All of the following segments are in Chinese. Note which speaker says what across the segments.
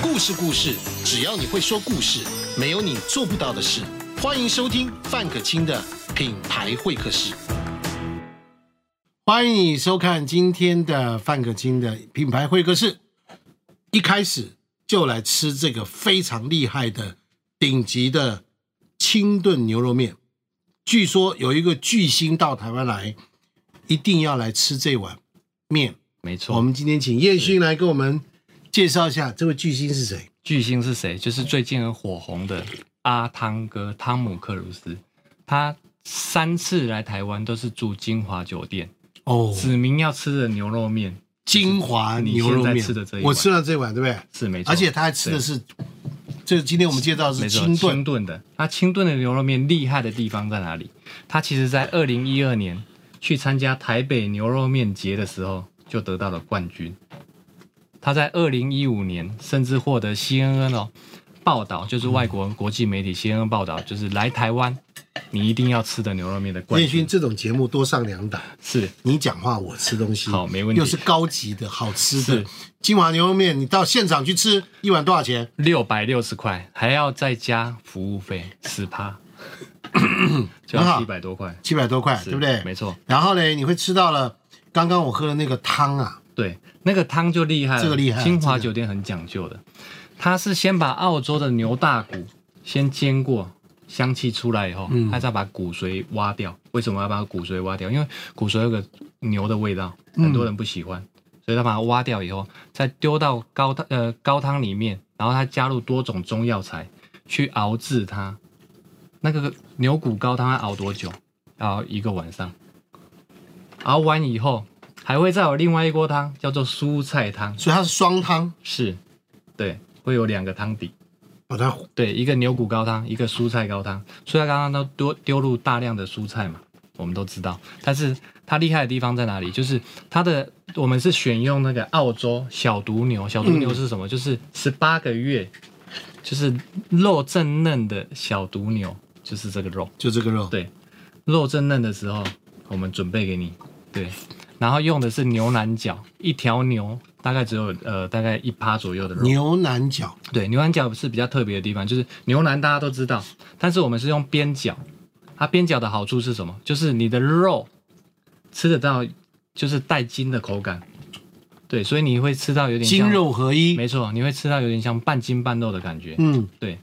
Speaker 1: 故事故事，只要你会说故事，没有你做不到的事。欢迎收听范可清的品牌会客室。欢迎你收看今天的范可清的品牌会客室。一开始就来吃这个非常厉害的顶级的清炖牛肉面。据说有一个巨星到台湾来，一定要来吃这碗面。
Speaker 2: 没
Speaker 1: 我
Speaker 2: 错，
Speaker 1: 们今天请叶勋来跟我们介绍一下这位巨星是谁。
Speaker 2: 巨星是谁？就是最近很火红的阿汤哥汤姆克鲁斯，他三次来台湾都是住金华酒店，
Speaker 1: 哦
Speaker 2: 指明要吃的牛肉面
Speaker 1: 金华牛肉面
Speaker 2: 你现在吃的这一碗
Speaker 1: 我吃了这碗，对不对？
Speaker 2: 是没错，
Speaker 1: 而且他还吃的是，这今天我们介绍的
Speaker 2: 没
Speaker 1: 是
Speaker 2: 错
Speaker 1: 清
Speaker 2: 清
Speaker 1: 炖，
Speaker 2: 炖的。那清炖的牛肉面厉害的地方在哪里？他其实在二零一二年去参加台北牛肉面节的时候就得到了冠军。他在二零一五年甚至获得 CNN 哦报道，就是外国国际媒体 CNN 报道，就是来台湾你一定要吃的牛肉面的冠
Speaker 1: 叶
Speaker 2: 军
Speaker 1: 勋这种节目多上两档，
Speaker 2: 是
Speaker 1: 你讲话我吃东西，
Speaker 2: 好没问题
Speaker 1: 又是高级的好吃的
Speaker 2: 是
Speaker 1: 金华牛肉面，你到现场去吃一碗多少钱？
Speaker 2: 六百六十块，还要再加服务费十趴，就
Speaker 1: 很好
Speaker 2: 要七百多块，
Speaker 1: 七百多块，
Speaker 2: 是
Speaker 1: 对不对？
Speaker 2: 没错，
Speaker 1: 然后呢，你会吃到了刚刚我喝的那个汤啊，
Speaker 2: 对，那个汤就厉害了，
Speaker 1: 这个厉害
Speaker 2: 金华
Speaker 1: 这个
Speaker 2: 酒店很讲究的，它是先把澳洲的牛大骨先煎过，香气出来以后，
Speaker 1: 嗯
Speaker 2: 它再把骨髓挖掉。为什么要把骨髓挖掉？因为骨髓有个牛的味道，
Speaker 1: 嗯
Speaker 2: 很多人不喜欢，所以他把它挖掉以后，再丢到高汤呃高汤里面，然后它加入多种中药材去熬制它。那个牛骨高汤要熬多久？熬一个晚上。熬完以后，还会再有另外一锅汤，叫做蔬菜汤。
Speaker 1: 所以它是双汤，
Speaker 2: 是，对，会有两个汤底，
Speaker 1: 把哦它
Speaker 2: 对，一个牛骨高汤，一个蔬菜高汤。蔬菜高汤都多丢入大量的蔬菜嘛，我们都知道。但是它厉害的地方在哪里？就是它的，我们是选用那个澳洲小毒牛，小毒牛是什么？就是十八个月，就是肉正嫩的小毒牛，就是这个肉。
Speaker 1: 就这个肉，
Speaker 2: 对，肉正嫩的时候，我们准备给你。对，然后用的是牛腩角，一条牛大概只有呃大概一趴左右的肉。
Speaker 1: 牛腩角，
Speaker 2: 对，牛腩角是比较特别的地方，就是牛腩大家都知道，但是我们是用边角。它边角的好处是什么？就是你的肉吃得到，就是带筋的口感。对，所以你会吃到有点像
Speaker 1: 筋，肉合一，
Speaker 2: 没错，你会吃到有点像半筋半肉的感觉。
Speaker 1: 嗯，
Speaker 2: 对，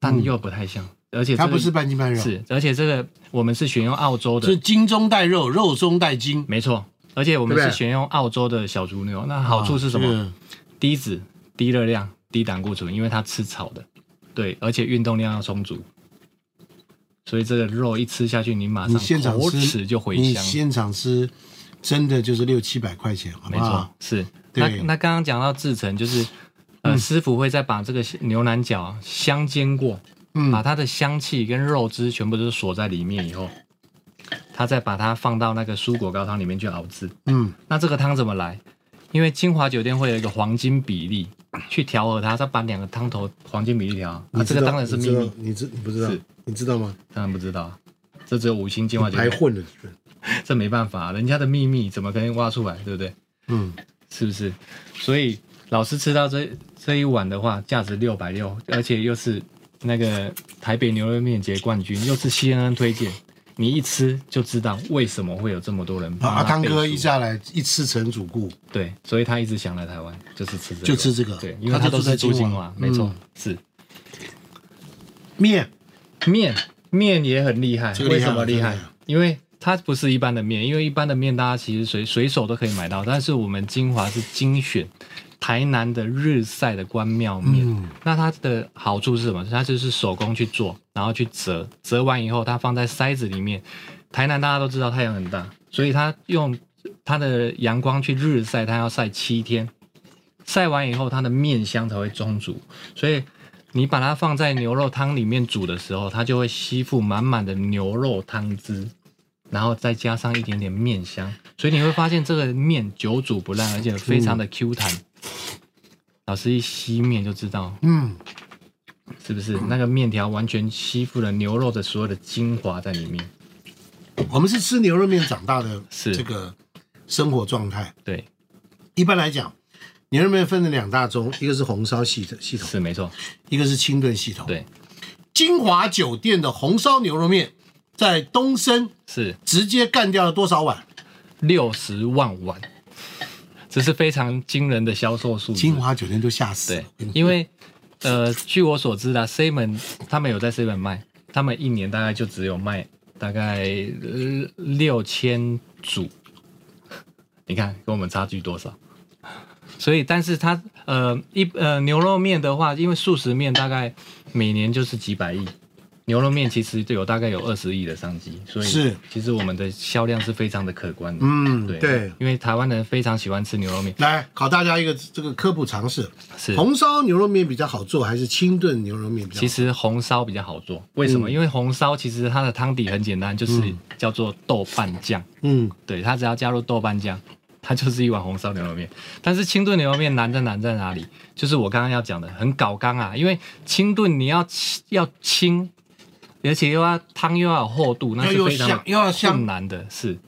Speaker 2: 但又不太像，而且、这
Speaker 1: 它
Speaker 2: 个
Speaker 1: 不是半筋半肉，
Speaker 2: 是，而且这个我们是选用澳洲的
Speaker 1: 是，筋中带肉，肉中带筋。
Speaker 2: 没错，而且我们
Speaker 1: 对不
Speaker 2: 是
Speaker 1: 对
Speaker 2: 选用澳洲的小猪牛，那好处是什么？
Speaker 1: 啊？
Speaker 2: 低脂、低热量、低胆固醇，因为它吃草的，对，而且运动量要充足，所以这个肉一吃下去，你马
Speaker 1: 你现
Speaker 2: 上
Speaker 1: 场
Speaker 2: 口
Speaker 1: 吃
Speaker 2: 齿就回
Speaker 1: 你
Speaker 2: 香。
Speaker 1: 现场吃真的就是六七百块钱，好
Speaker 2: 没
Speaker 1: 不
Speaker 2: 错
Speaker 1: 好？，
Speaker 2: 是。
Speaker 1: 啊对嗯
Speaker 2: 那那刚刚讲到制成，就是呃，师傅会再把这个牛腩角啊香煎过，把
Speaker 1: 嗯，
Speaker 2: 它的香气跟肉汁全部都锁在里面以后，他再把它放到那个蔬果高汤里面去熬制。
Speaker 1: 嗯，
Speaker 2: 那这个汤怎么来？因为金华酒店会有一个黄金比例去调和它，再把两个汤头黄金比例调好。啊，
Speaker 1: 你
Speaker 2: 这
Speaker 1: 知
Speaker 2: 个
Speaker 1: 道
Speaker 2: 当然是秘密，
Speaker 1: 你知道你知你不知道
Speaker 2: 是？
Speaker 1: 你知道吗？
Speaker 2: 当然不知道啊，这只有五星金华酒
Speaker 1: 还
Speaker 2: 店，
Speaker 1: 混的，你们
Speaker 2: 这没办法啊、人家的秘密怎么可能挖出来，对不对？
Speaker 1: 嗯，
Speaker 2: 是不是？所以老师吃到这这一碗的话，价值六百六，而且又是那个台北牛肉面节冠军，又是 CNN 推荐，你一吃就知道为什么会有这么多人帮
Speaker 1: 阿
Speaker 2: 他
Speaker 1: 汤
Speaker 2: 背书。
Speaker 1: 哥一下来一吃成主顾，
Speaker 2: 对，所以他一直想来台湾，就是吃这个，
Speaker 1: 就吃这个
Speaker 2: 对，因为他都是住金华，
Speaker 1: 他就住在金华嗯
Speaker 2: 没错，是
Speaker 1: 面
Speaker 2: 面面也很厉害，
Speaker 1: 这个厉害
Speaker 2: 为什么厉
Speaker 1: 这
Speaker 2: 害
Speaker 1: 个厉害？
Speaker 2: 因为它不是一般的面，因为一般的面大家其实随随手都可以买到，但是我们金华是精选台南的日晒的关庙面。
Speaker 1: 嗯
Speaker 2: 那它的好处是什么？它就是手工去做，然后去折，折完以后它放在筛子里面。台南大家都知道太阳很大，所以它用它的阳光去日晒，它要晒七天，晒完以后它的面香才会充足。所以你把它放在牛肉汤里面煮的时候，它就会吸附满满的牛肉汤汁，然后再加上一点点面香，所以你会发现这个面久煮不烂，而且非常的嗯 Q 弹。老师一吸面就知道
Speaker 1: 嗯，
Speaker 2: 是不是那个面条完全吸附了牛肉的所有的精华在里面。
Speaker 1: 我们是吃牛肉面长大的
Speaker 2: 是
Speaker 1: 这个生活状态，
Speaker 2: 对，
Speaker 1: 一般来讲，牛肉面分了两大宗，一个是红烧系统系统，
Speaker 2: 是没错，
Speaker 1: 一个是清炖系统。
Speaker 2: 对，
Speaker 1: 金华酒店的红烧牛肉面在东升
Speaker 2: 是
Speaker 1: 直接干掉了多少碗？
Speaker 2: 嗯六十万碗，这是非常惊人的销售数字。
Speaker 1: 金华酒店都吓死
Speaker 2: 对
Speaker 1: 了。我跟你，
Speaker 2: 因为呃，据我所知啦 C 门他们有在 C 门卖，他们一年大概就只有卖大概呃六千组，你看跟我们差距多少？所以，但是它呃一呃牛肉面的话，因为素食面大概每年就是几百亿，牛肉面其实有大概有二十亿的商机，所以
Speaker 1: 是
Speaker 2: 其实我们的销量是非常的可观的。
Speaker 1: 嗯，
Speaker 2: 对
Speaker 1: 对。
Speaker 2: 因为台湾人非常喜欢吃牛肉面，
Speaker 1: 来考大家一个这个科普常识：
Speaker 2: 是
Speaker 1: 红烧牛肉面比较好做，还是清炖牛肉面比较好
Speaker 2: 其
Speaker 1: 做？
Speaker 2: 实红烧比较好做，为什
Speaker 1: 嗯
Speaker 2: 么？因为红烧其实它的汤底很简单，就是叫做豆瓣酱。
Speaker 1: 嗯，
Speaker 2: 对，它只要加入豆瓣酱，它就是一碗红烧牛肉面。但是清炖牛肉面难在难在哪里？就是我刚刚要讲的，很搞刚啊，因为清炖你要清要清，而且又要汤又要有厚度，那
Speaker 1: 要
Speaker 2: 是
Speaker 1: 又
Speaker 2: 非常嗯
Speaker 1: 香又要
Speaker 2: 困
Speaker 1: 香，
Speaker 2: 难的，是。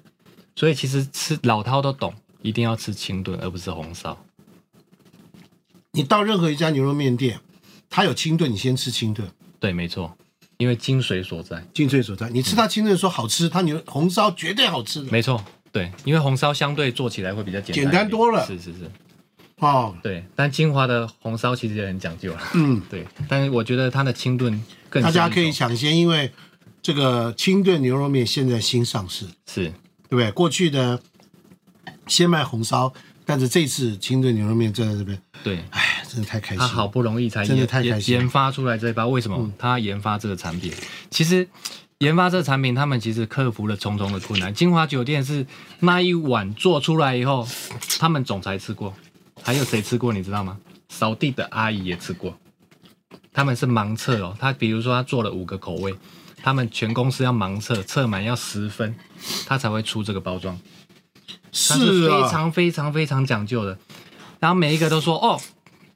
Speaker 2: 所以其实吃老饕都懂，一定要吃清炖，而不是红烧。
Speaker 1: 你到任何一家牛肉面店，它有清炖，你先吃清炖，
Speaker 2: 对，没错，因为精髓所在。
Speaker 1: 精髓所在。你吃它清炖说好吃，它牛红烧绝对好吃的
Speaker 2: 没错，对，因为红烧相对做起来会比较简单一点，
Speaker 1: 简单多了
Speaker 2: 是是是，
Speaker 1: 哦。
Speaker 2: 对。但金华的红烧其实也很讲究了，
Speaker 1: 嗯，
Speaker 2: 对。但是我觉得它的清炖更
Speaker 1: 大家可
Speaker 2: 胜
Speaker 1: 以
Speaker 2: 一筹
Speaker 1: 抢先，因为这个清炖牛肉面现在新上市，
Speaker 2: 是
Speaker 1: 对不对？过去的先卖红烧，但是这次清炖牛肉面站在这边，
Speaker 2: 对。
Speaker 1: 哎，真的太开心
Speaker 2: 他
Speaker 1: 了。
Speaker 2: 好不容易才
Speaker 1: 真的
Speaker 2: 研
Speaker 1: 太开
Speaker 2: 研
Speaker 1: 心了嗯
Speaker 2: 研发出来这一包，为什么他研发这个产品？其实研发这个产品，他们其实克服了重重的困难。金华酒店是那一碗做出来以后，他们总裁吃过，还有谁吃过？你知道吗？扫地的阿姨也吃过。他们是盲测哦，他比如说他做了五个口味，他们全公司要盲测，测满要十分，他才会出这个包装。它
Speaker 1: 是
Speaker 2: 是非
Speaker 1: 啊，
Speaker 2: 常非常非常讲究的。然后每一个都说哦，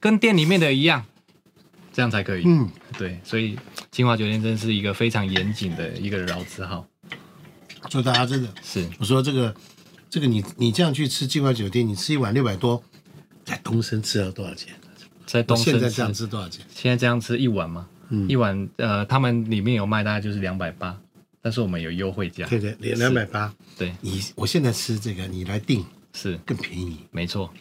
Speaker 2: 跟店里面的一样，这样才可以。
Speaker 1: 嗯，
Speaker 2: 对，所以金华酒店真是一个非常严谨的一个老字号。
Speaker 1: 所以大家真的，
Speaker 2: 是
Speaker 1: 我说这个这个你你这样去吃金华酒店，你吃一碗六百多，在东升吃了多少钱？
Speaker 2: 在东
Speaker 1: 现
Speaker 2: 升
Speaker 1: 在
Speaker 2: 吃，
Speaker 1: 这样嗯吃多少钱？
Speaker 2: 现在这样吃一碗吗？一碗呃，他们里面有卖，大概就是两百八，但是我们有优惠价。
Speaker 1: 对对，两两百八。
Speaker 2: 对，
Speaker 1: 你我现在吃这个，你来订
Speaker 2: 是
Speaker 1: 更便宜，
Speaker 2: 没错，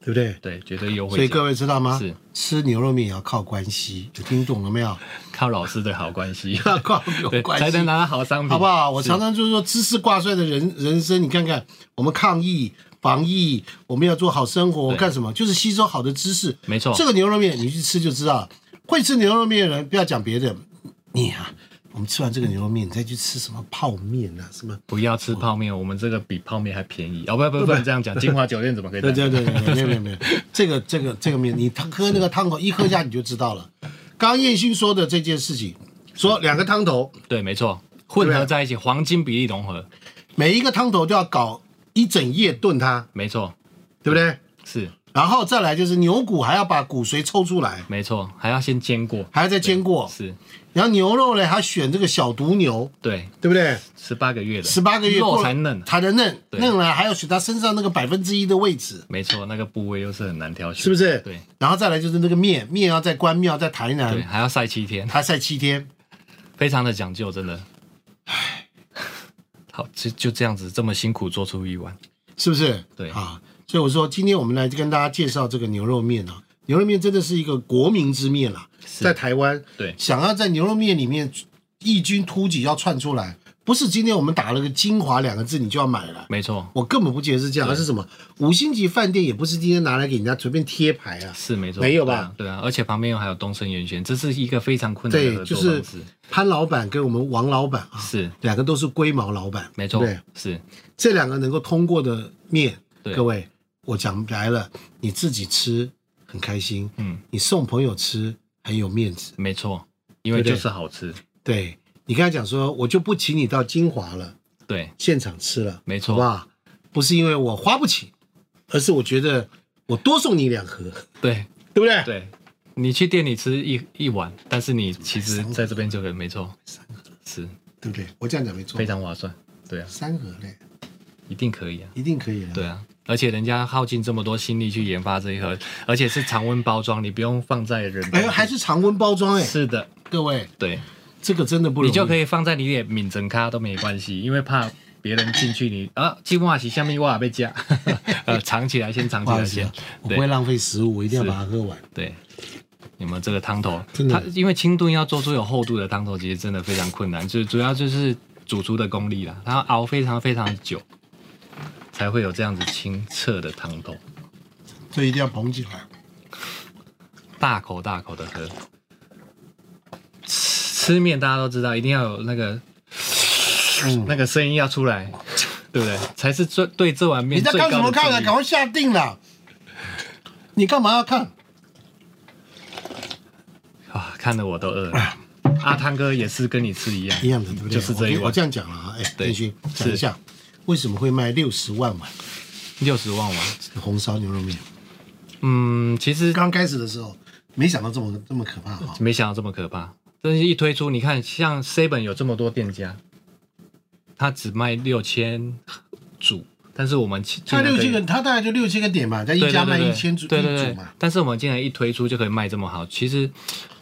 Speaker 1: 对不对？
Speaker 2: 对，绝对优惠价。
Speaker 1: 所以各位知道吗？
Speaker 2: 是
Speaker 1: 吃牛肉面也要靠关系，你听懂了没 有？
Speaker 2: 靠老师的好 关系，
Speaker 1: 要靠有
Speaker 2: 对，
Speaker 1: 关
Speaker 2: 才
Speaker 1: 系
Speaker 2: 能，拿到好商品，
Speaker 1: 好不？好？我常常就是说，知识挂帅的人人生，你看看我们抗疫、防疫，我们要做好生活，
Speaker 2: 对
Speaker 1: 干什么？就是吸收好的知识。
Speaker 2: 没错
Speaker 1: 这个牛肉面你去吃就知道了。会吃牛肉面的人，不要讲别的，你啊，我们吃完这个牛肉面，你再去吃什么泡面啊，什么
Speaker 2: 不要吃泡面，我们这个比泡面还便宜。哦，不不不，不能这样讲，金华酒店怎么可以这
Speaker 1: 对
Speaker 2: 样？
Speaker 1: 对对对，没有没有没 有，这个这个这个面，你喝那个汤头一喝下你就知道了。刚刚燕兴说的这件事情，说两个汤头，
Speaker 2: 对，没错，混合在一起，黄金比例融合，
Speaker 1: 每一个汤头都要搞一整夜炖它，
Speaker 2: 没错，
Speaker 1: 对不对？
Speaker 2: 是
Speaker 1: 然后再来就是牛骨还要把骨髓抽出来，
Speaker 2: 没错，还要先煎过，
Speaker 1: 还要再煎过。
Speaker 2: 是
Speaker 1: 然后牛肉呢，还要选这个小犊牛，
Speaker 2: 对，
Speaker 1: 对不对？
Speaker 2: 十八个月的，
Speaker 1: 十八个月过
Speaker 2: 肉
Speaker 1: 了
Speaker 2: 才嫩，
Speaker 1: 才能嫩，
Speaker 2: 对
Speaker 1: 嫩了还要选它身上那个百分之一的位置，
Speaker 2: 没错，那个部位又是很难挑选，
Speaker 1: 是不？是？
Speaker 2: 对。
Speaker 1: 然后再来就是那个面，面要在关庙，在台
Speaker 2: 对，
Speaker 1: 南，
Speaker 2: 还要晒七天，
Speaker 1: 它晒七天。
Speaker 2: 非常的讲究，真的。好，就就这样子，这么辛苦做出一碗，
Speaker 1: 是不是？
Speaker 2: 对
Speaker 1: 啊，所以我说今天我们来跟大家介绍这个牛肉面啊，牛肉面真的是一个国民之面啦，在台湾，
Speaker 2: 对
Speaker 1: 想要在牛肉面里面异军突起要窜出来，不是今天我们打了个精华两个字你就要买了。
Speaker 2: 没错，
Speaker 1: 我根本不觉得是这样，而是什么五星级饭店也不是今天拿来给人家随便贴牌啊，
Speaker 2: 是没错，
Speaker 1: 没有吧
Speaker 2: 对啊？对啊，而且旁边又还有东升源泉，这是一个非常困难的
Speaker 1: 对，
Speaker 2: 合
Speaker 1: 就
Speaker 2: 作
Speaker 1: 是
Speaker 2: 方式，
Speaker 1: 潘老板跟我们王老板啊，
Speaker 2: 是
Speaker 1: 两个都是龟毛老板，
Speaker 2: 没错
Speaker 1: 对不对，
Speaker 2: 是
Speaker 1: 这两个能够通过的面，
Speaker 2: 对
Speaker 1: 各位，我讲白了，你自己吃很开心，
Speaker 2: 嗯，
Speaker 1: 你送朋友吃很有面子。
Speaker 2: 没错，因为
Speaker 1: 对不对
Speaker 2: 就是好吃，
Speaker 1: 对你刚才讲说，我就不请你到金华了，
Speaker 2: 对，
Speaker 1: 现场吃了，
Speaker 2: 没错
Speaker 1: 好不好？不是因为我花不起，而是我觉得我多送你两盒，
Speaker 2: 对
Speaker 1: 对不对？
Speaker 2: 对，你去店里吃一一碗，但是你其实在这边就可以，没错，是
Speaker 1: 对不对？我这样讲没错
Speaker 2: 非，常划算，对啊，
Speaker 1: 三盒嘞，
Speaker 2: 一定可以啊。
Speaker 1: 一定可以啊。
Speaker 2: 对啊，而且人家耗尽这么多心力去研发这一盒，而且是常温包装，你不用放在人。
Speaker 1: 哎呦，还是常温包装哎、
Speaker 2: 是的，
Speaker 1: 各位，
Speaker 2: 对，
Speaker 1: 这个真的不容易。
Speaker 2: 你就可
Speaker 1: 以
Speaker 2: 以放在你脸抿整咖都没关系，因为怕别人进去你啊，寂寞啊，洗下面哇被 夹，呃，藏起来先藏
Speaker 1: 不
Speaker 2: 起
Speaker 1: 好
Speaker 2: 来
Speaker 1: 意思
Speaker 2: 先
Speaker 1: 啊，，我不会
Speaker 2: 对
Speaker 1: 浪费食物，我一定要
Speaker 2: 是
Speaker 1: 把它喝完。
Speaker 2: 对。你们这个汤头
Speaker 1: 真，的
Speaker 2: 它因为清炖要做出有厚度的汤头，其实真的非常困难，就是主要就是主厨的功力啦，它要熬非常非常久，才会有这样子清澈的汤头。
Speaker 1: 所以一定要捧起来。
Speaker 2: 大口大口的喝。吃吃面大家都知道，一定要有那个、
Speaker 1: 嗯
Speaker 2: 那个声音要出来，对不对？才是最对这碗面
Speaker 1: 你在
Speaker 2: 最高
Speaker 1: 看什
Speaker 2: 的
Speaker 1: 么看啊？
Speaker 2: 敬意
Speaker 1: 赶快下定了。你干嘛要看？
Speaker 2: 啊！看得我都饿了。阿汤哥也是跟你吃一样，
Speaker 1: 一样的，对不对？
Speaker 2: 就是这一
Speaker 1: 我我
Speaker 2: 碗
Speaker 1: 这样讲了啊，哎，
Speaker 2: 对
Speaker 1: 建勋讲一下，为什么会卖六十万碗
Speaker 2: 六十万碗。
Speaker 1: 红烧牛肉面？
Speaker 2: 嗯，其实
Speaker 1: 刚开始的时候，没想到这么这么可怕啊哈。
Speaker 2: 没想到这么可怕。但是一推出，你看像 Seven 有这么多店家，他只卖六千组，但是我们竟
Speaker 1: 他
Speaker 2: 然
Speaker 1: 六
Speaker 2: 可以
Speaker 1: 千个，他大概就六千个点嘛，在一
Speaker 2: 对
Speaker 1: 家
Speaker 2: 对
Speaker 1: 卖
Speaker 2: 对
Speaker 1: 一千组一
Speaker 2: 对对
Speaker 1: 组
Speaker 2: 对
Speaker 1: 嘛。。
Speaker 2: 但是我们竟然一推出就可以卖这么好，其实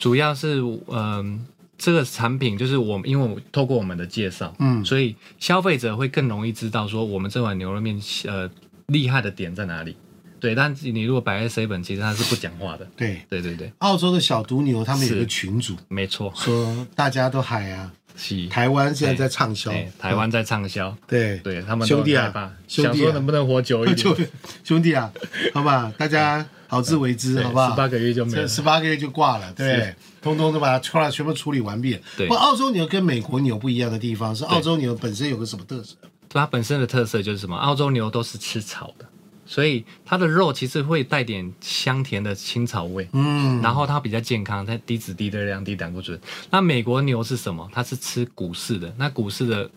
Speaker 2: 主要是嗯、这个产品就是我们因为我透过我们的介绍，
Speaker 1: 嗯
Speaker 2: 所以消费者会更容易知道说我们这碗牛肉面呃厉害的点在哪里。对，但是你如果摆在 seven，其实它是不讲话的。
Speaker 1: 对，
Speaker 2: 对对对，
Speaker 1: 澳洲的小毒牛他们有
Speaker 2: 是
Speaker 1: 个群主
Speaker 2: 没错，
Speaker 1: 说，大家都嗨啊，
Speaker 2: 是
Speaker 1: 台湾现在在畅销
Speaker 2: 对，哎台湾在畅销，
Speaker 1: 对
Speaker 2: 对他们都
Speaker 1: 兄弟
Speaker 2: 很害
Speaker 1: 啊
Speaker 2: 怕，
Speaker 1: 兄
Speaker 2: 想
Speaker 1: 弟
Speaker 2: 说
Speaker 1: 啊
Speaker 2: 能，不能活久一点
Speaker 1: 就，兄弟啊，好吧，大家好自为之，
Speaker 2: 对
Speaker 1: 好不好？
Speaker 2: 18个月就没
Speaker 1: 这
Speaker 2: 了
Speaker 1: 十八个月就挂了，对不对
Speaker 2: 是，
Speaker 1: 通通都把它全部全部处理完毕了。
Speaker 2: 对
Speaker 1: 不，澳洲牛跟美国牛不一样的地方是，澳洲牛本身有个什么特色？
Speaker 2: 它本身的特色就是什么？澳洲牛都是吃草的，所以它的肉其实会带点香甜的青草味。
Speaker 1: 嗯，
Speaker 2: 然后它比较健康，它低脂、低热量、低胆固醇。那美国牛是什么？它是吃谷饲的。那谷饲的，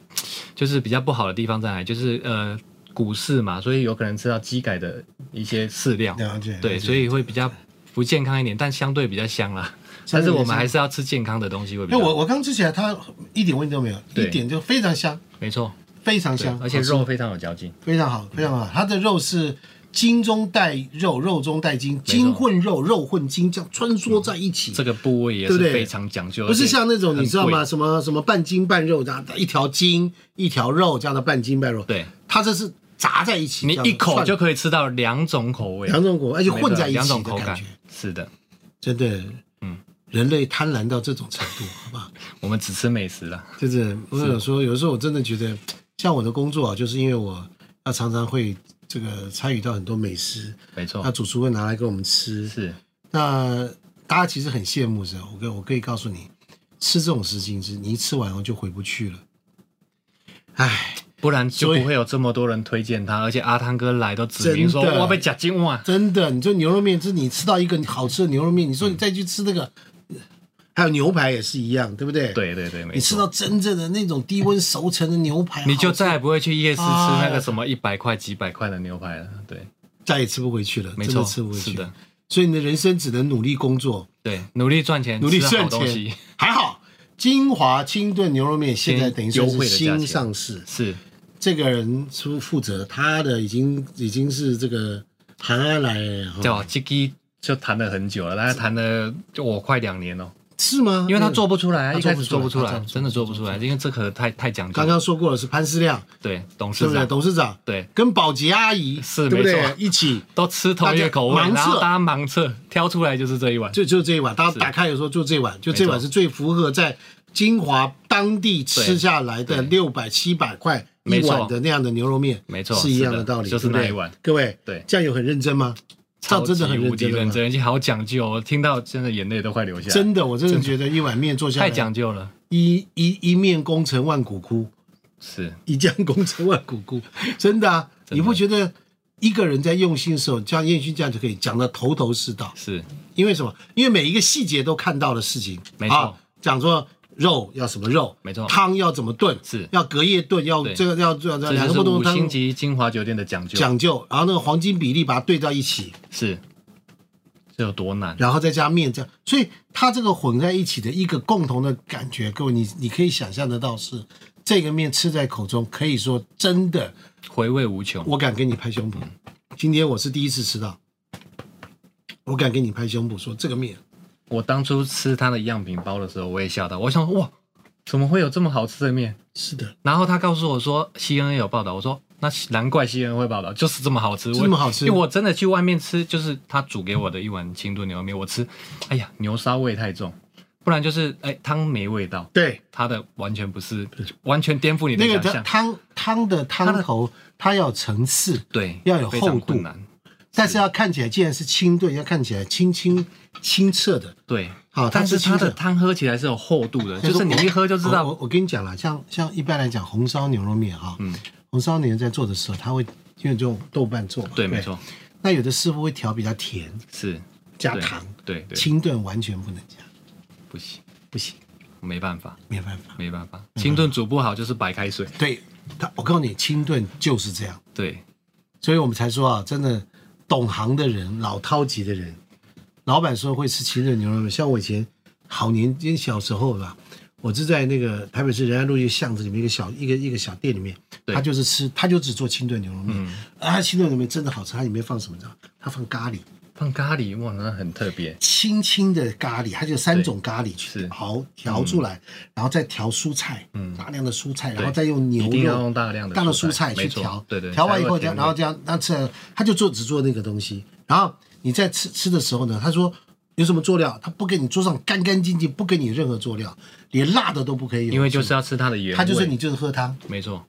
Speaker 2: 就是比较不好的地方在哪里？就是呃，谷饲嘛，所以有可能吃到鸡改的一些饲料，
Speaker 1: 了解。
Speaker 2: 对，所
Speaker 1: 以
Speaker 2: 以会比较不健康一点，但相对比较香啦。
Speaker 1: 相对
Speaker 2: 但是
Speaker 1: 比较
Speaker 2: 我们
Speaker 1: 香
Speaker 2: 还是要吃健康的东西会比
Speaker 1: 那
Speaker 2: 较
Speaker 1: 哎我
Speaker 2: 好。
Speaker 1: 我刚吃起来它一点味都没有，
Speaker 2: 对
Speaker 1: 一点就非常香，
Speaker 2: 没错，
Speaker 1: 非常
Speaker 2: 对
Speaker 1: 香，，嗯
Speaker 2: 而且肉非常有嚼劲。
Speaker 1: 非常好，非常好。它的肉是筋中带肉，肉中带筋，筋混肉，肉混筋，这样穿梭在一起。
Speaker 2: 嗯这个部位也
Speaker 1: 对
Speaker 2: 是
Speaker 1: 不对
Speaker 2: 非常讲究，
Speaker 1: 不是像那种
Speaker 2: 而且
Speaker 1: 你知道
Speaker 2: 很贵
Speaker 1: 吗？？什么什么半筋半肉这样，一条筋一条肉这样的半筋半肉。，
Speaker 2: 对，
Speaker 1: 它这是杂在一起，
Speaker 2: 你
Speaker 1: 这样
Speaker 2: 一口
Speaker 1: 串
Speaker 2: 就可以吃到两种口味，
Speaker 1: 两种口味，而且
Speaker 2: 没
Speaker 1: 混
Speaker 2: 错
Speaker 1: 在一
Speaker 2: 两
Speaker 1: 起
Speaker 2: 种
Speaker 1: 的
Speaker 2: 口
Speaker 1: 感
Speaker 2: 感
Speaker 1: 觉，。
Speaker 2: 是的，
Speaker 1: 真的，嗯，人类贪婪到这种程度，好 不好？
Speaker 2: 我们只吃美食啦。
Speaker 1: 就是我有时候，有时候我真的觉得，像我的工作啊，就是因为我要常常会这个参与到很多美食，
Speaker 2: 没
Speaker 1: 那
Speaker 2: 错，
Speaker 1: 主厨会拿来给我们吃，
Speaker 2: 是
Speaker 1: 那大家其实很羡慕是吧，我跟我可以告诉你，吃这种事情是你一吃完后就回不去了。唉，
Speaker 2: 不然就
Speaker 1: 所以
Speaker 2: 不会有这么多人推荐它，而且阿汤哥来都指明说
Speaker 1: 真的
Speaker 2: 我要被夹金碗，
Speaker 1: 真的，你说牛肉面，这你吃到一个好吃的牛肉面，你
Speaker 2: 嗯
Speaker 1: 说你再去吃那个，还有牛排也是一样，对不对？，
Speaker 2: 对对对，没
Speaker 1: 你吃
Speaker 2: 错。
Speaker 1: 到真正的那种低温熟成的牛排，
Speaker 2: 你就
Speaker 1: 好吃
Speaker 2: 再也不会去夜市吃
Speaker 1: 啊
Speaker 2: 那个什么一百块、几百块的牛排了，对，
Speaker 1: 再也吃不回去了，
Speaker 2: 没
Speaker 1: 真
Speaker 2: 错，
Speaker 1: 的吃不回
Speaker 2: 是
Speaker 1: 去。
Speaker 2: 的，
Speaker 1: 所以你的人生只能努力工作，
Speaker 2: 对，努力赚钱，
Speaker 1: 努力
Speaker 2: 吃好
Speaker 1: 赚
Speaker 2: 东西
Speaker 1: 钱，还好。金华清炖牛肉面现在等于说
Speaker 2: 优
Speaker 1: 是
Speaker 2: 惠的价钱
Speaker 1: 新上市，
Speaker 2: 是
Speaker 1: 这个人是负责，他的已经已经是这个韩安来了哈
Speaker 2: 对吧？这个就谈了很久了，大概谈了就我快两年了。
Speaker 1: 是吗？
Speaker 2: 因为他做不出来啊，
Speaker 1: 他
Speaker 2: 一
Speaker 1: 做
Speaker 2: 开
Speaker 1: 不出来
Speaker 2: 始做不出
Speaker 1: 他
Speaker 2: 来，真的做不出来，因为这个太太讲究
Speaker 1: 刚
Speaker 2: 了。
Speaker 1: 刚说过了是潘思亮，
Speaker 2: 对董
Speaker 1: 是
Speaker 2: 事
Speaker 1: 不是
Speaker 2: 长，
Speaker 1: 董事长？
Speaker 2: 对，
Speaker 1: 跟保洁阿姨
Speaker 2: 是
Speaker 1: 对不
Speaker 2: 没
Speaker 1: 对
Speaker 2: 错？
Speaker 1: 一起
Speaker 2: 都吃同一个口味
Speaker 1: 大家，盲测
Speaker 2: 然后大家盲测挑出来就是这一碗。
Speaker 1: 就就这一碗，大家
Speaker 2: 是
Speaker 1: 打开的时候就这一碗，就这碗
Speaker 2: 没错
Speaker 1: 是最符合在金华当地吃下来的
Speaker 2: 对
Speaker 1: 六百七百块一
Speaker 2: 没错
Speaker 1: 碗的那样的牛肉面，
Speaker 2: 没错
Speaker 1: 是一样
Speaker 2: 是的
Speaker 1: 道理，
Speaker 2: 就是
Speaker 1: 对不对
Speaker 2: 那一碗。
Speaker 1: 各位，
Speaker 2: 对
Speaker 1: 这样有很认真吗？这
Speaker 2: 超
Speaker 1: 样
Speaker 2: 级
Speaker 1: 真的很
Speaker 2: 无敌
Speaker 1: 认
Speaker 2: 认
Speaker 1: 真的吗，啊
Speaker 2: 真，而且好讲究，哦，听到真的眼泪都快流下来。
Speaker 1: 真的，我真的觉得一碗面做下
Speaker 2: 太
Speaker 1: 来，
Speaker 2: 讲究了，
Speaker 1: 一一一面功成万骨枯。
Speaker 2: 是
Speaker 1: 一将功成万骨枯， 真的啊！
Speaker 2: 的
Speaker 1: 你不觉得一个人在用心的时候，像燕勋这样就可以讲的头头是道？
Speaker 2: 是
Speaker 1: 因为什么？因为每一个细节都看到的事情，
Speaker 2: 没错
Speaker 1: 啊讲说肉要什么肉，
Speaker 2: 没错
Speaker 1: 汤要怎么炖，
Speaker 2: 是
Speaker 1: 要隔夜炖，要
Speaker 2: 对
Speaker 1: 这个要这个
Speaker 2: 这
Speaker 1: 啊两
Speaker 2: 就
Speaker 1: 个不
Speaker 2: 是
Speaker 1: 同
Speaker 2: 五
Speaker 1: 的
Speaker 2: 星
Speaker 1: 汤
Speaker 2: 级金华酒店的讲究，
Speaker 1: 讲究，然后那个黄金比例把它对到一起，
Speaker 2: 是这有多难？
Speaker 1: 然后再加面这样，所以它这个混在一起的一个共同的感觉，各位你你可以想象得到是这个面吃在口中，可以说真的，
Speaker 2: 回味无穷。
Speaker 1: 我敢给你拍胸脯。今天我是第一次吃到，我敢给你拍胸脯说这个面
Speaker 2: 我当初吃它的样品包的时候，我也吓到，我想说哇，怎么会有这么好吃的面？
Speaker 1: 是的，
Speaker 2: 然后他告诉我说，CNN 有报道，我说那难怪 CNN 会报道，就是这么好吃，我
Speaker 1: 这么好吃
Speaker 2: 因为我真的去外面吃，就是他煮给我的一碗清炖牛肉面，我吃，哎呀，牛骚味太重，不然就是哎汤没味道，
Speaker 1: 对。
Speaker 2: 它的完全不是，完全颠覆你的
Speaker 1: 那个
Speaker 2: 想
Speaker 1: 汤
Speaker 2: 象。
Speaker 1: 汤汤的汤头，它要有层次，
Speaker 2: 对，
Speaker 1: 要有
Speaker 2: 非常
Speaker 1: 厚度
Speaker 2: 困难。
Speaker 1: 但是要看起来，既然是清炖，要看起来清清清澈的。
Speaker 2: 对，
Speaker 1: 好，
Speaker 2: 但
Speaker 1: 是
Speaker 2: 是它
Speaker 1: 清澈
Speaker 2: 的汤喝起来是有厚度的，
Speaker 1: 就是
Speaker 2: 就是你一喝就知
Speaker 1: 我我
Speaker 2: 道。
Speaker 1: 我跟你讲啦，像像一般来讲，红烧牛肉面哈，
Speaker 2: 嗯，
Speaker 1: 红烧牛肉在做的时候，它会因为就用豆瓣做嘛，
Speaker 2: 对，没。错，
Speaker 1: 那有的师傅会调比较甜，
Speaker 2: 是
Speaker 1: 加
Speaker 2: 对
Speaker 1: 糖，
Speaker 2: 对对，
Speaker 1: 清炖完全不能加，
Speaker 2: 不行，
Speaker 1: 不行，
Speaker 2: 没办法，
Speaker 1: 没办法。
Speaker 2: 没办法，清炖煮不好就是白开水。
Speaker 1: 对，他我告诉你，清炖就是这样，
Speaker 2: 对，
Speaker 1: 所以我们才说啊，真的懂行的人，老饕级的人，老板说会吃清炖牛肉面，像我以前好年轻小时候吧。我是在那个台北市仁爱路一个巷子里面一个小一个一个小店里面，
Speaker 2: 对
Speaker 1: 他就是吃，他就只做清炖牛肉面，
Speaker 2: 嗯，
Speaker 1: 啊，它清炖里面真的好吃，它里面放什么？你知道？它放咖喱，
Speaker 2: 放咖喱哇，那很特别。
Speaker 1: 轻轻的咖喱，它就三种咖喱去
Speaker 2: 是嗯
Speaker 1: 熬调出来，然后再调蔬菜，大量的蔬菜，然后再用
Speaker 2: 一
Speaker 1: 牛
Speaker 2: 定要
Speaker 1: 肉
Speaker 2: 用大量的
Speaker 1: 大量
Speaker 2: 蔬
Speaker 1: 蔬
Speaker 2: 菜
Speaker 1: 菜
Speaker 2: 没
Speaker 1: 去
Speaker 2: 错
Speaker 1: 调，
Speaker 2: 对对
Speaker 1: 调完
Speaker 2: 才
Speaker 1: 以
Speaker 2: 会
Speaker 1: 后
Speaker 2: 甜
Speaker 1: 这样，
Speaker 2: 味
Speaker 1: 然后这样，那吃，他就做只做那个东西，然后你在吃吃的时候呢，他说。有什么佐料？他不给你桌上干干净净，不给你任何佐料，连辣的都不可以有。
Speaker 2: 因为就是要吃它的原味。
Speaker 1: 他就是你就是喝汤，
Speaker 2: 没错。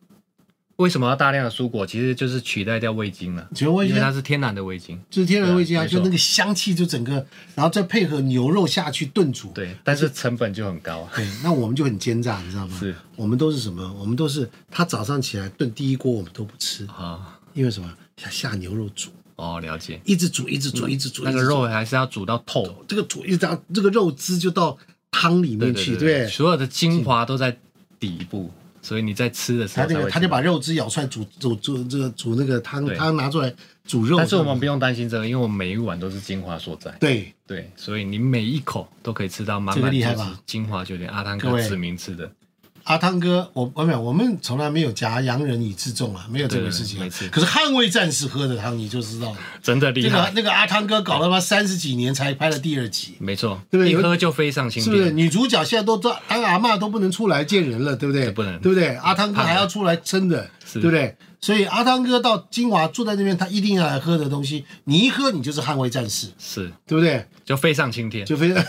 Speaker 2: 为什么要大量的蔬果？其实就是取代掉味精了，
Speaker 1: 请问味
Speaker 2: 因为
Speaker 1: 精
Speaker 2: 它是天然的味精。
Speaker 1: 就是天然味精啊，
Speaker 2: 对啊没
Speaker 1: 就
Speaker 2: 错
Speaker 1: 那个香气就整个，然后再配合牛肉下去炖煮。
Speaker 2: 对，但是成本就很高啊。
Speaker 1: 对，那我们就很奸诈，你知道吗？
Speaker 2: 是，
Speaker 1: 我们都是什么？我们都是他早上起来炖第一锅，我们都不吃，
Speaker 2: 啊，
Speaker 1: 因为什么？下下牛肉煮，
Speaker 2: 哦，了解。
Speaker 1: 一直煮，一直煮，一直煮，
Speaker 2: 嗯那个
Speaker 1: 一直煮
Speaker 2: 肉还是要煮到透，
Speaker 1: 这个煮一直到这个肉汁就到汤里
Speaker 2: 对
Speaker 1: 面
Speaker 2: 对
Speaker 1: 去，
Speaker 2: 对
Speaker 1: 对不对？
Speaker 2: 所有的精华都在底部，所以你在吃的时
Speaker 1: 他
Speaker 2: 候
Speaker 1: 那
Speaker 2: 才
Speaker 1: 个
Speaker 2: 会。
Speaker 1: 他就把。肉汁舀出来煮煮煮这个煮那个汤
Speaker 2: 对
Speaker 1: 汤拿出来煮肉，
Speaker 2: 但是我们不用担心这个，因为我们每一碗都是精华所在。
Speaker 1: 对
Speaker 2: 对，所以你每一口都可以吃到满
Speaker 1: 这个
Speaker 2: 满
Speaker 1: 厉害
Speaker 2: 都是
Speaker 1: 吧
Speaker 2: 精华，就连阿汤
Speaker 1: 各
Speaker 2: 哥
Speaker 1: 位
Speaker 2: 指明吃的。
Speaker 1: 阿啊汤哥，我我没有，我们从来没有夹洋人以自重啊，没有这
Speaker 2: 对
Speaker 1: 个
Speaker 2: 对
Speaker 1: 事情啊
Speaker 2: 没事。
Speaker 1: 可是捍卫战士喝的汤，你就知道了。
Speaker 2: 真的厉
Speaker 1: 这个
Speaker 2: 害，
Speaker 1: 那个阿汤哥搞了他妈三十几年才拍了第二集，
Speaker 2: 没错，
Speaker 1: 对不对
Speaker 2: 一喝就飞上青
Speaker 1: 是不是？
Speaker 2: 天，
Speaker 1: 女主角现在都当当阿嬷都不能出来见人了，对不对？
Speaker 2: 不能
Speaker 1: 对不对？阿汤哥
Speaker 2: 怕
Speaker 1: 还要出来撑的，
Speaker 2: 是
Speaker 1: 对不对？所以阿汤哥到金华住在那边，他一定要来喝的东西，你一喝你就是捍卫战士，
Speaker 2: 是
Speaker 1: 对不对？
Speaker 2: 就飞上青天。
Speaker 1: 就 非常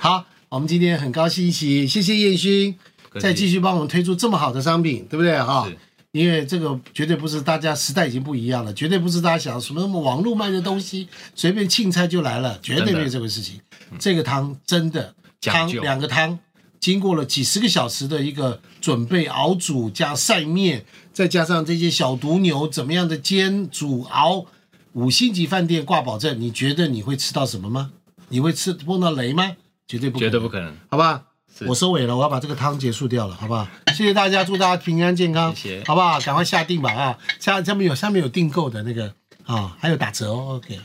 Speaker 1: 好。我们今天很高兴一起，谢谢燕勋，
Speaker 2: 客气
Speaker 1: 再继续帮我们推出这么好的商品，对不对哈
Speaker 2: 是？
Speaker 1: 因为这个绝对不是大家时代已经不一样了，绝对不是大家想什么什么网络卖的东西，随便钦差就来了，绝对
Speaker 2: 真的
Speaker 1: 没有这回事情。这个汤真的
Speaker 2: 讲
Speaker 1: 汤
Speaker 2: 究
Speaker 1: 两个汤，经过了几十个小时的一个准备熬煮加晒面，再加上这些小毒牛怎么样的煎煮熬，五星级饭店挂保证，你觉得你会吃到什么吗？你会吃碰到雷吗？绝对不可能
Speaker 2: 绝对不可能。
Speaker 1: 好吧
Speaker 2: 是？
Speaker 1: 我收尾了，我要把这个汤结束掉了，好不好？谢谢大家，祝大家平安健康，
Speaker 2: 谢谢
Speaker 1: 好不好？赶快下定吧啊！下下面有下面有订购的那个啊、还有打折哦，OK。